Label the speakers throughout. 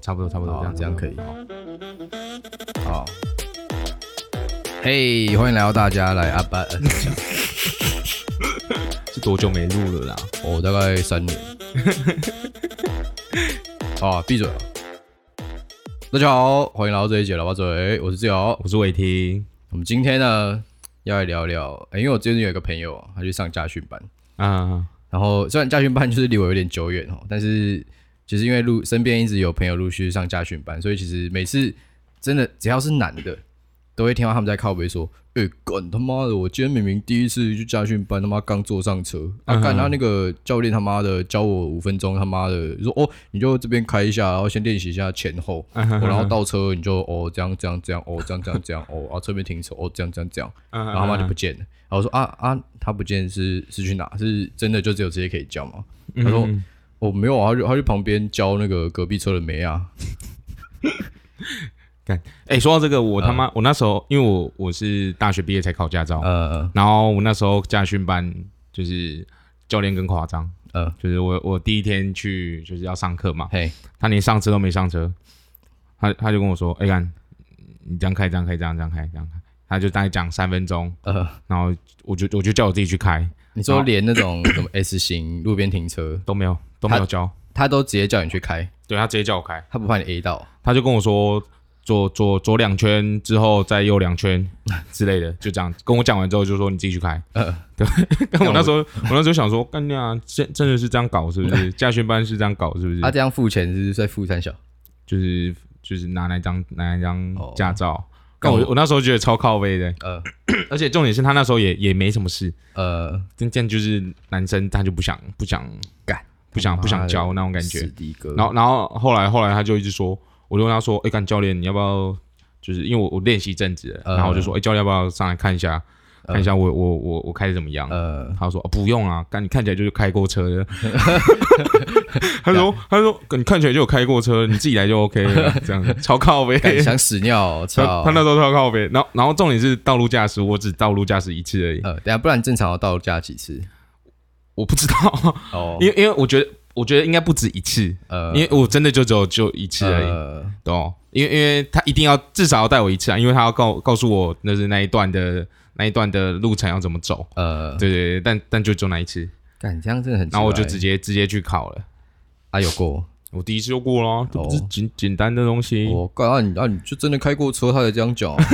Speaker 1: 差不多，差不多这
Speaker 2: 好
Speaker 1: 样，
Speaker 2: 这样可
Speaker 1: 以。
Speaker 2: 以。好，嘿、欢迎来到大家来阿班，
Speaker 1: 是多久没录了啦？
Speaker 2: 我、哦、大概 三年。啊，闭嘴啊！大家好，欢迎来到这一节喇叭嘴，我是志尧。
Speaker 1: 我是伟霆
Speaker 2: 我们今天呢要来聊聊，诶因为我最近有一个朋友，他去上家训班，
Speaker 1: 啊，
Speaker 2: 然后虽然家训班就是离我有点久远哦，但是就是因为陆身边一直有朋友陆续上家训班，所以其实每次真的只要是男的，都会听到他们在靠背说：“哎、干他妈的，我今天明明第一次去家训班，他妈刚坐上车，啊
Speaker 1: 嗯
Speaker 2: 干他那个教练他妈的教我五分钟，他妈的说哦，你就这边开一下，然后先练习一下前后，哦然后倒车你就哦这样这样这样哦这样这样这样哦，啊侧边停车哦这样这样这样。”
Speaker 1: 然
Speaker 2: 然后他妈就不见了。然后我说啊啊，他不见是是去哪？是真的就只有这些可以教吗？他说哦没有啊，他去他去旁边教那个隔壁车的梅啊。
Speaker 1: 哎，说到这个，我他妈，我那时候因为我我是大学毕业才考驾照，
Speaker 2: 呃
Speaker 1: 然后我那时候驾训班就是教练更夸张，
Speaker 2: 呃，
Speaker 1: 就是我我第一天去就是要上课嘛，
Speaker 2: 嘿，
Speaker 1: 他连上车都没上车，他他就跟我说：“哎、看，你这样开，这样开，这样这样开，这样开。”他就大概讲三分钟，
Speaker 2: 呃，
Speaker 1: 然后我就我就叫我自己去开，
Speaker 2: 你
Speaker 1: 然
Speaker 2: 说
Speaker 1: 后
Speaker 2: 连那种什么 S 型路边停车，
Speaker 1: 都没有都没有
Speaker 2: 他
Speaker 1: 教，
Speaker 2: 他都直接叫你去开，
Speaker 1: 对他直接叫我开，
Speaker 2: 他不怕你 A 到。
Speaker 1: 他就跟我说左左左两圈之后再右两 圈之类的，就这样跟我讲完之后就说你自己去开。
Speaker 2: 呃，
Speaker 1: 但我那时候我那时候想说，干你啊，真真的是这样搞是不 是？驾训班是这样搞是不是？
Speaker 2: 他啊这样付钱是在付三小，
Speaker 1: 就是就是拿那张拿那张
Speaker 2: 哦
Speaker 1: 驾照。但我我那时候觉得超靠背的，
Speaker 2: 呃
Speaker 1: 而且重点是他那时候也也没什么事，
Speaker 2: 呃，
Speaker 1: 这这样就是男生他就不想不想
Speaker 2: 干，
Speaker 1: 不想不
Speaker 2: 妈
Speaker 1: 想
Speaker 2: 的
Speaker 1: 教那种感
Speaker 2: 史
Speaker 1: 觉。
Speaker 2: 迪哥，
Speaker 1: 然后然后后来后来他就一直说，我就问他说，哎、干教练你要不要？就是因为我我练习一阵子了，
Speaker 2: 呃
Speaker 1: 然后我就说，哎、教练要不要上来看一下，看一
Speaker 2: 嗯
Speaker 1: 下我我我我开的怎么样？
Speaker 2: 呃，
Speaker 1: 他说、啊不用啊，干你看起来就是开过车 的。他说他说干你看起来就有开过车，你自己来就 OK 了，这样超靠背。
Speaker 2: 干想屎尿哦，
Speaker 1: 他
Speaker 2: 操
Speaker 1: 他！那时候超靠背，然后然后重点是道路驾驶，我只道路驾驶一次而已，
Speaker 2: 呃，等一下不然正常要到家几次？
Speaker 1: 我不知道。
Speaker 2: 哦，
Speaker 1: 因为因为我觉得我觉得应该不止一次，
Speaker 2: 呃
Speaker 1: 因为我真的就只有就一次而已，
Speaker 2: 呃
Speaker 1: 懂、因为因为他一定要至少要带我一次啊，因为他要告告诉我那是那一段的那一段的路程要怎么走，
Speaker 2: 呃，
Speaker 1: 对对对，但但就只有那一次，
Speaker 2: 干，你这样真的很直白。
Speaker 1: 然后我就直接直接去考了，
Speaker 2: 啊有过，
Speaker 1: 我第一次就过了啊，这不是
Speaker 2: 哦
Speaker 1: 简简单的东西，
Speaker 2: 我告啊你啊你就真的开过车，他才这样讲啊。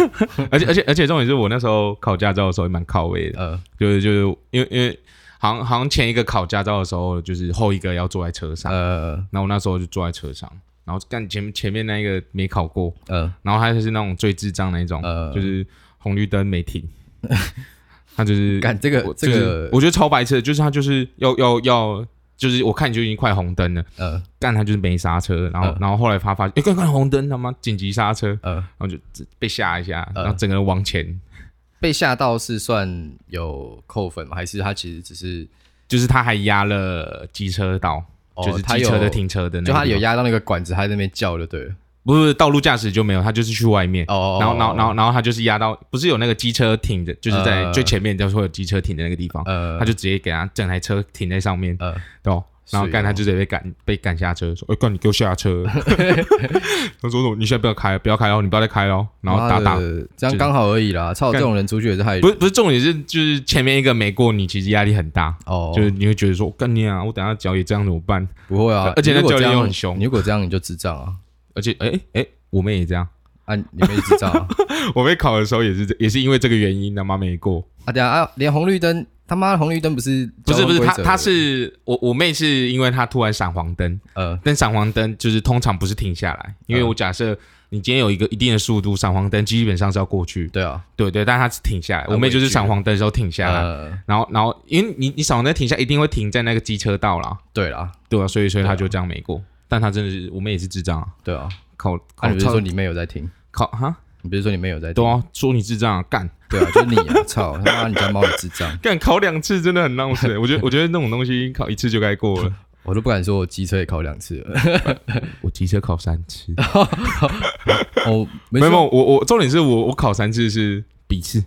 Speaker 1: 而且而且而且重点是我那时候考驾照的时候也蛮靠位的，
Speaker 2: 呃
Speaker 1: 就是就是因为因为好像好像前一个考驾照的时候，就是后一个要坐在车上，
Speaker 2: 呃
Speaker 1: 然后我那时候就坐在车上，然后干前前面那一个没考过。
Speaker 2: 呃
Speaker 1: 然后他就是那种最智障那一种，
Speaker 2: 呃
Speaker 1: 就是红绿灯没停， 他就是
Speaker 2: 干这个
Speaker 1: 我
Speaker 2: 这
Speaker 1: 就是
Speaker 2: 个
Speaker 1: 我觉得超白痴的，就是他就是要要要，就是我看你就已经快红灯了，
Speaker 2: 呃
Speaker 1: 但他就是没刹车，然后、
Speaker 2: 呃
Speaker 1: 然后后来他发现，哎、快快红灯，他妈紧急刹车，
Speaker 2: 呃
Speaker 1: 然后就被吓一下，
Speaker 2: 呃
Speaker 1: 然后整个人往前，
Speaker 2: 被吓到是算有扣分吗？还是他其实只是
Speaker 1: 就是他还压了机车道，
Speaker 2: 哦
Speaker 1: 就是
Speaker 2: 他
Speaker 1: 机车的
Speaker 2: 有
Speaker 1: 停车的那个
Speaker 2: 就
Speaker 1: 地方，
Speaker 2: 他有压到那个管子，他在那边叫就对了。
Speaker 1: 不是道路驾驶就没有，他就是去外面。
Speaker 2: 哦，
Speaker 1: 然后，然后，然后，然后他就是压到，不是有那个机车停的，就是在
Speaker 2: 呃
Speaker 1: 最前面，就是会有机车停的那个地方。
Speaker 2: 呃
Speaker 1: 他就直接给他整台车停在上面，
Speaker 2: 呃
Speaker 1: 对哦然后
Speaker 2: 是
Speaker 1: 干
Speaker 2: 哦
Speaker 1: 他就直接被赶被赶下车，说：“哎、干你给我下车！” 他说：“你现在不要开，不要开哦，你不要再开哦。”然后打
Speaker 2: 妈
Speaker 1: 打，
Speaker 2: 的这样刚好而已啦。操，这
Speaker 1: 干
Speaker 2: 种人出去也是害人
Speaker 1: 不是不是重点是就是前面一个没过你，其实压力很大，
Speaker 2: 哦，
Speaker 1: 就是你会觉得说：“干你啊，我等下脚也这样怎么办
Speaker 2: 不会啊。
Speaker 1: 而且那
Speaker 2: 你如果
Speaker 1: 教练
Speaker 2: 这样
Speaker 1: 又很凶
Speaker 2: 你如果这样你就智障啊？”
Speaker 1: 而且，哎、哎、我妹也这样，
Speaker 2: 啊，你没智障啊？
Speaker 1: 我妹考的时候也是这也是因为这个原因，他妈没过。
Speaker 2: 啊，等一下啊，连红绿灯，他妈的红绿灯不是
Speaker 1: 不
Speaker 2: 交
Speaker 1: 是
Speaker 2: 通
Speaker 1: 不是，
Speaker 2: 规
Speaker 1: 她
Speaker 2: 则
Speaker 1: 她是我我妹是因为她突然闪黄灯，
Speaker 2: 呃
Speaker 1: 但闪黄灯就是通常不是停下来，因为我假设你今天有一个一定的速度，闪黄灯基本上是要过去。
Speaker 2: 对啊，
Speaker 1: 对对，但他是停下来，
Speaker 2: 啊
Speaker 1: 我妹就是
Speaker 2: 我也觉得
Speaker 1: 闪黄灯的时候停下来，
Speaker 2: 呃
Speaker 1: 然后然后因为你你闪黄灯停下，一定会停在那个机车道啦，
Speaker 2: 对啦，
Speaker 1: 对啊，所以所以
Speaker 2: 对啊
Speaker 1: 他就这样没过，但他真的是我妹也是智障啊，
Speaker 2: 对啊。
Speaker 1: 考
Speaker 2: 啊，
Speaker 1: 考
Speaker 2: 你不是
Speaker 1: 超
Speaker 2: 说你妹有在听？
Speaker 1: 考哈，
Speaker 2: 你不是说你妹有在听？
Speaker 1: 对啊，说你智障啊，干
Speaker 2: 对啊，就是你啊！ 操他妈，你家猫有智障，
Speaker 1: 干考两次真的很浪费，我觉得我觉得那种东西考一次就该过了，
Speaker 2: 我都不敢说我机车也考两次了。
Speaker 1: 我机车考三次，
Speaker 2: 哦，
Speaker 1: 没
Speaker 2: 没
Speaker 1: 有没
Speaker 2: 事啊，
Speaker 1: 有，我我重点是我我考三次是笔试，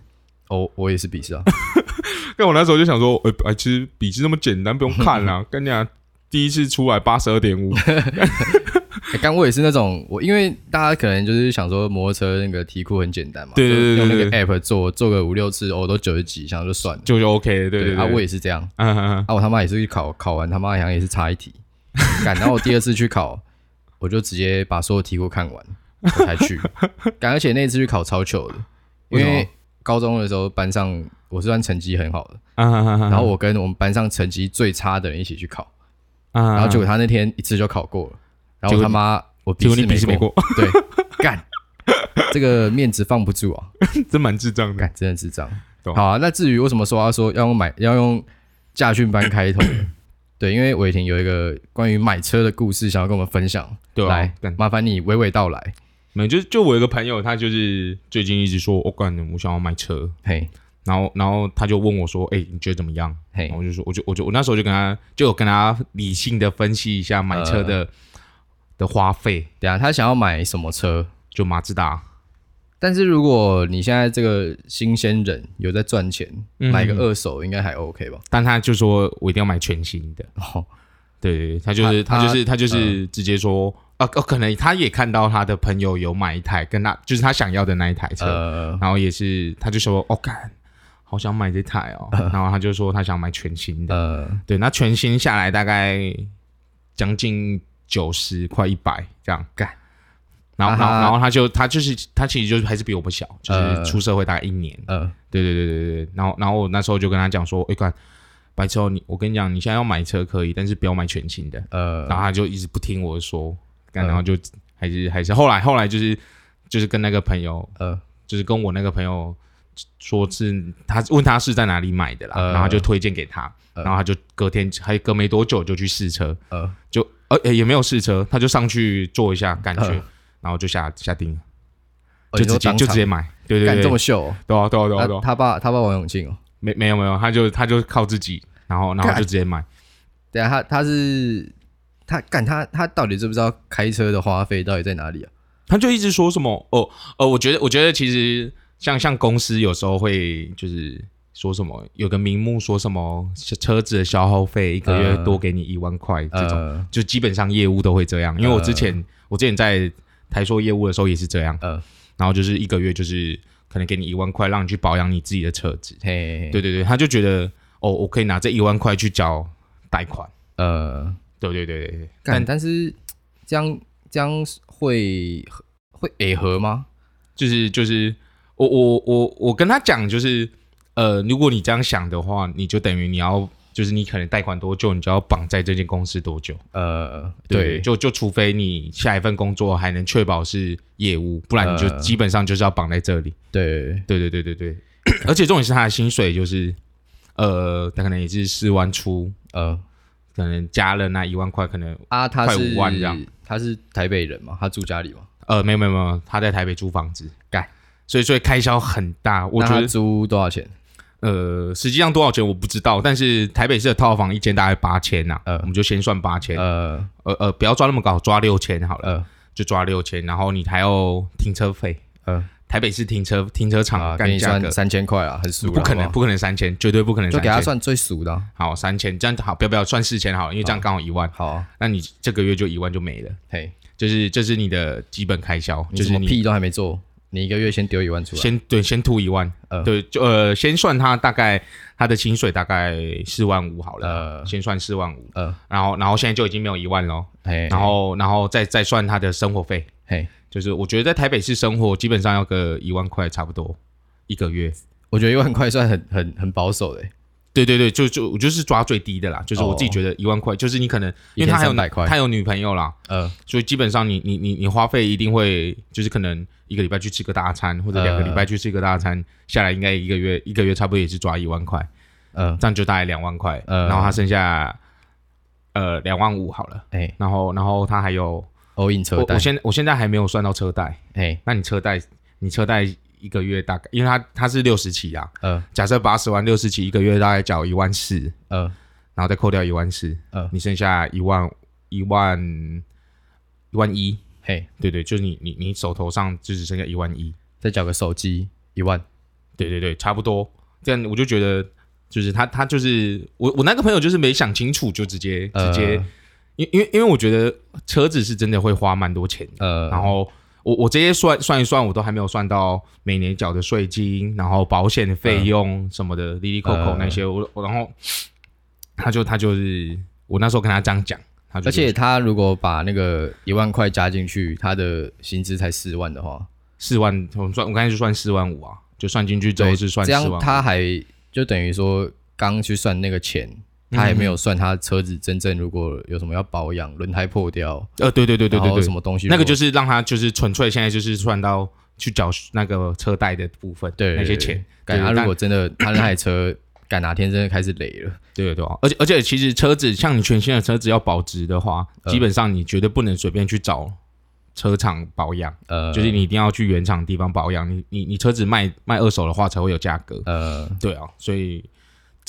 Speaker 2: 哦，我也是鄙视啊。
Speaker 1: 但我那时候就想说，哎、哎，其实笔试那么简单，不用看啦、干你、啊、第一次出来八十二点五，
Speaker 2: 欸刚、我也是那种，我因为大家可能就是想说摩托车那个题库很简单嘛，
Speaker 1: 对
Speaker 2: 就
Speaker 1: 对对
Speaker 2: 用那
Speaker 1: 对
Speaker 2: 个 app 做做个五六次，哦，都九十几，想说就算了。
Speaker 1: 就就 OK，对对
Speaker 2: 啊，我
Speaker 1: 对，
Speaker 2: 也是这样。
Speaker 1: 啊啊
Speaker 2: 啊，我他妈也是去考，考完他妈好像也是差一题，干。然后我第二次去考，我就直接把所有题库看完，我才去。干，而且那一次去考超糗的，因
Speaker 1: 为什么
Speaker 2: 为高中的时候班上我算成绩很好的，
Speaker 1: 啊啊！
Speaker 2: 然后我跟我们班上成绩最差的人一起去
Speaker 1: 嗯
Speaker 2: 考，然
Speaker 1: 然
Speaker 2: 后结果他那天一次就考过了，然
Speaker 1: 结果
Speaker 2: 后他妈我
Speaker 1: 结
Speaker 2: 笔
Speaker 1: 果
Speaker 2: 试
Speaker 1: 你笔试没过，
Speaker 2: 对，干，这个面子放不住啊，
Speaker 1: 真蛮智障的
Speaker 2: 干，真的智障。
Speaker 1: 懂
Speaker 2: 好啊，那至于为什么说要说要用买要用驾训班开头呢？对，因为伟霆有一个关于买车的故事想要跟我们分享，
Speaker 1: 对啊
Speaker 2: 来
Speaker 1: 干
Speaker 2: 麻烦你娓娓道来。
Speaker 1: 没有，就就我有一个朋友，他就是最近一直说，我、干，我想要买车，
Speaker 2: 嘿，
Speaker 1: 然后然后他就问我说，哎、你觉得怎么样？
Speaker 2: 嘿
Speaker 1: 然后，我就说，我就我就我那时候就跟他就有跟他理性的分析一下买车的、的花费，
Speaker 2: 等一下他想要买什么车？
Speaker 1: 就马自达，
Speaker 2: 但是如果你现在这个新鲜人有在赚钱，
Speaker 1: 嗯
Speaker 2: 买个二手应该还 OK 吧？
Speaker 1: 但他就说我一定要买全新的。
Speaker 2: 哦，
Speaker 1: 对，他就是
Speaker 2: 他嗯
Speaker 1: 他就是他就是直接说，啊、哦，可能他也看到他的朋友有买一台跟他就是他想要的那一台车，
Speaker 2: 呃，
Speaker 1: 然后也是他就说，哦，干，好想买这台哦，然后他就说他想买全新的，
Speaker 2: 呃，
Speaker 1: 对，那全新下来大概将近九十快一百这样
Speaker 2: 干。
Speaker 1: 然后，然后，
Speaker 2: 啊哈
Speaker 1: 然后他就他就是他其实就是还是比我们小，就
Speaker 2: 呃
Speaker 1: 是出社会大概一年。
Speaker 2: 呃，
Speaker 1: 对对对对对对。然后，然后我那时候就跟他讲说，哎，看，白痴哦，你我跟你讲，你现在要买车可以，但是不要买全新的。
Speaker 2: 呃，
Speaker 1: 然后他就一直不听我的说，干
Speaker 2: 嗯
Speaker 1: 然后就还是还是后来后来就是就是跟那个朋友，
Speaker 2: 呃，
Speaker 1: 就是跟我那个朋友说是他问他是在哪里买的啦，
Speaker 2: 呃
Speaker 1: 然后他就推荐给他，
Speaker 2: 呃
Speaker 1: 然后他就隔天还隔没多久就去试车，
Speaker 2: 呃，
Speaker 1: 就呃诶也没有试车，他就上去坐一下感觉，
Speaker 2: 呃
Speaker 1: 然后就下下定了，
Speaker 2: 哦
Speaker 1: 就
Speaker 2: 你说
Speaker 1: 直接
Speaker 2: 当
Speaker 1: 就
Speaker 2: 场
Speaker 1: 直接买，对对
Speaker 2: 干这么
Speaker 1: 对，
Speaker 2: 秀哦，
Speaker 1: 对啊对啊对啊对
Speaker 2: 他
Speaker 1: 啊，
Speaker 2: 他爸他爸王永庆哦，
Speaker 1: 没没有没有，他就他就靠自己，然后然后
Speaker 2: 干
Speaker 1: 就直接买。
Speaker 2: 对啊，他他是他干他他到底知不知道开车的花费到底在哪里啊？
Speaker 1: 他就一直说什么哦呃，我觉得我觉得其实像像公司有时候会就是说什么有个名目说什么车子的消耗费一个月
Speaker 2: 呃
Speaker 1: 多给你一万块这种，
Speaker 2: 呃
Speaker 1: 就基本上业务都会这样。因为我之前、我之前在台硕业务的时候也是这样，
Speaker 2: 呃，
Speaker 1: 然后就是一个月就是可能给你一万块让你去保养你自己的车子。
Speaker 2: 嘿，
Speaker 1: 对对对，他就觉得哦，我可以拿这一万块去缴贷款。
Speaker 2: 呃，
Speaker 1: 对对对对对，
Speaker 2: 干，
Speaker 1: 但
Speaker 2: 但是这样这样会会 A 合吗？
Speaker 1: 就是就是我我我我跟他讲，就是呃，如果你这样想的话，你就等于你要就是你可能贷款多久，你就要绑在这间公司多久。
Speaker 2: 呃，
Speaker 1: 对，
Speaker 2: 对，
Speaker 1: 就就除非你下一份工作还能确保是业务，不然你就
Speaker 2: 呃
Speaker 1: 基本上就是要绑在这里。
Speaker 2: 对，
Speaker 1: 对对对对 对，而且重点是他的薪水就是呃，他可能也是四万出，
Speaker 2: 呃，
Speaker 1: 可能加了那一万块，可能
Speaker 2: 啊，他
Speaker 1: 快
Speaker 2: 是
Speaker 1: 五万这样
Speaker 2: 他是台北人嘛，他住家里嘛，
Speaker 1: 呃没有没有没有，他在台北租房子
Speaker 2: 干，
Speaker 1: 所以所以开销很大。我
Speaker 2: 那
Speaker 1: 觉
Speaker 2: 他
Speaker 1: 得
Speaker 2: 租多少钱？
Speaker 1: 呃，实际上多少钱我不知道，但是台北市的套房一间大概八千呐，
Speaker 2: 呃
Speaker 1: 我们就先算八千、
Speaker 2: 呃
Speaker 1: 呃呃，不要抓那么高，抓六千好了，
Speaker 2: 呃
Speaker 1: 就抓六千，然后你还要停车费，
Speaker 2: 呃，
Speaker 1: 台北市停车停车场
Speaker 2: 啊，给
Speaker 1: 干
Speaker 2: 你
Speaker 1: 价格、
Speaker 2: 算三千块啊，很俗了，
Speaker 1: 不可能，
Speaker 2: 好好，
Speaker 1: 不可能三千，绝对不可能3000，
Speaker 2: 就给他算最俗的啊，
Speaker 1: 好三千，这样好，不要不要算四千好了，因为这样刚好一万，
Speaker 2: 好啊，
Speaker 1: 那你这个月就一万就没了，
Speaker 2: 嘿，
Speaker 1: 就是这、是你的基本开销，
Speaker 2: 你
Speaker 1: 就
Speaker 2: 什
Speaker 1: 是
Speaker 2: 么
Speaker 1: 你
Speaker 2: 屁都还没做，你一个月先丢一万出来。
Speaker 1: 先对先吐一万，
Speaker 2: 呃
Speaker 1: 对，就呃先算他大概他的薪水大概四万五好了，
Speaker 2: 呃
Speaker 1: 先算四万五，
Speaker 2: 呃，
Speaker 1: 然后然后现在就已经没有一万喽，
Speaker 2: 嘿，
Speaker 1: 然后然后再再算他的生活费，
Speaker 2: 嘿，
Speaker 1: 就是我觉得在台北市生活基本上要个一万块差不多一个月。
Speaker 2: 我觉得一万块算很很很保守的欸，
Speaker 1: 对对对，就就我就是抓最低的啦，就是我
Speaker 2: 哦
Speaker 1: 自己觉得一万块，就是你可能因为
Speaker 2: 一天
Speaker 1: 他还有
Speaker 2: 300块
Speaker 1: 他有女朋友啦，
Speaker 2: 呃
Speaker 1: 所以基本上你你你你花费一定会就是可能一个礼拜去吃个大餐，或者两个
Speaker 2: 呃
Speaker 1: 礼拜去吃个大餐，下来应该一个月一个月差不多也是抓一万块，
Speaker 2: 呃，
Speaker 1: 这样就大概两万块，
Speaker 2: 呃
Speaker 1: 然后他剩下呃两万五好了，
Speaker 2: 哎
Speaker 1: 然后然后他还有
Speaker 2: ，all in 车
Speaker 1: 我
Speaker 2: 贷
Speaker 1: 我，现我现在还没有算到车贷，
Speaker 2: 哎，
Speaker 1: 那你车贷你车贷一个月大概，因为他他是六十起啊，
Speaker 2: 呃
Speaker 1: 假设八十万六十起一个月大概缴一万四，
Speaker 2: 呃
Speaker 1: 然后再扣掉一万四，
Speaker 2: 嗯
Speaker 1: 你剩下一万一万一万一，
Speaker 2: 嘿，
Speaker 1: 对对，就是你你你手头上就只剩下一万一，
Speaker 2: 再缴个手机一万，
Speaker 1: 对对对，差不多。这样我就觉得，就是他他就是我我那个朋友就是没想清楚，就直接直接、
Speaker 2: 呃
Speaker 1: 因因为因为我觉得车子是真的会花蛮多钱的，
Speaker 2: 呃，
Speaker 1: 然后我我这些算算一算，我都还没有算到每年缴的税金，然后保险的费用什么的，滴滴扣扣
Speaker 2: 嗯
Speaker 1: 那些，我我然后他就他就是我那时候跟他这样讲，他就
Speaker 2: 而且他如果把那个一万块加进去，他的薪资才四万的话，
Speaker 1: 四万，我算我刚才就算四万五啊，就算进去之后
Speaker 2: 对，
Speaker 1: 是算
Speaker 2: 这
Speaker 1: 四万
Speaker 2: 样
Speaker 1: 五，
Speaker 2: 他还就等于说刚去算那个钱，
Speaker 1: 嗯
Speaker 2: 他还没有算他车子真正如果有什么要保养，轮胎破掉，
Speaker 1: 呃对对对对
Speaker 2: 然
Speaker 1: 对
Speaker 2: 后什
Speaker 1: 对，
Speaker 2: 么东西如
Speaker 1: 那
Speaker 2: 果，
Speaker 1: 个就是让他就是纯粹现在就是算到去缴那个车贷的部分，
Speaker 2: 对
Speaker 1: 那些钱，
Speaker 2: 感
Speaker 1: 对
Speaker 2: 他
Speaker 1: 但
Speaker 2: 如果真的他那台车，赶哪天真的开始累了，
Speaker 1: 对对啊，而且而且其实车子像你全新的车子要保值的话，
Speaker 2: 嗯
Speaker 1: 基本上你绝对不能随便去找车厂保养，
Speaker 2: 呃，
Speaker 1: 就是你一定要去原厂地方保养。你你你车子卖卖二手的话才会有价格。
Speaker 2: 呃，
Speaker 1: 对啊，所以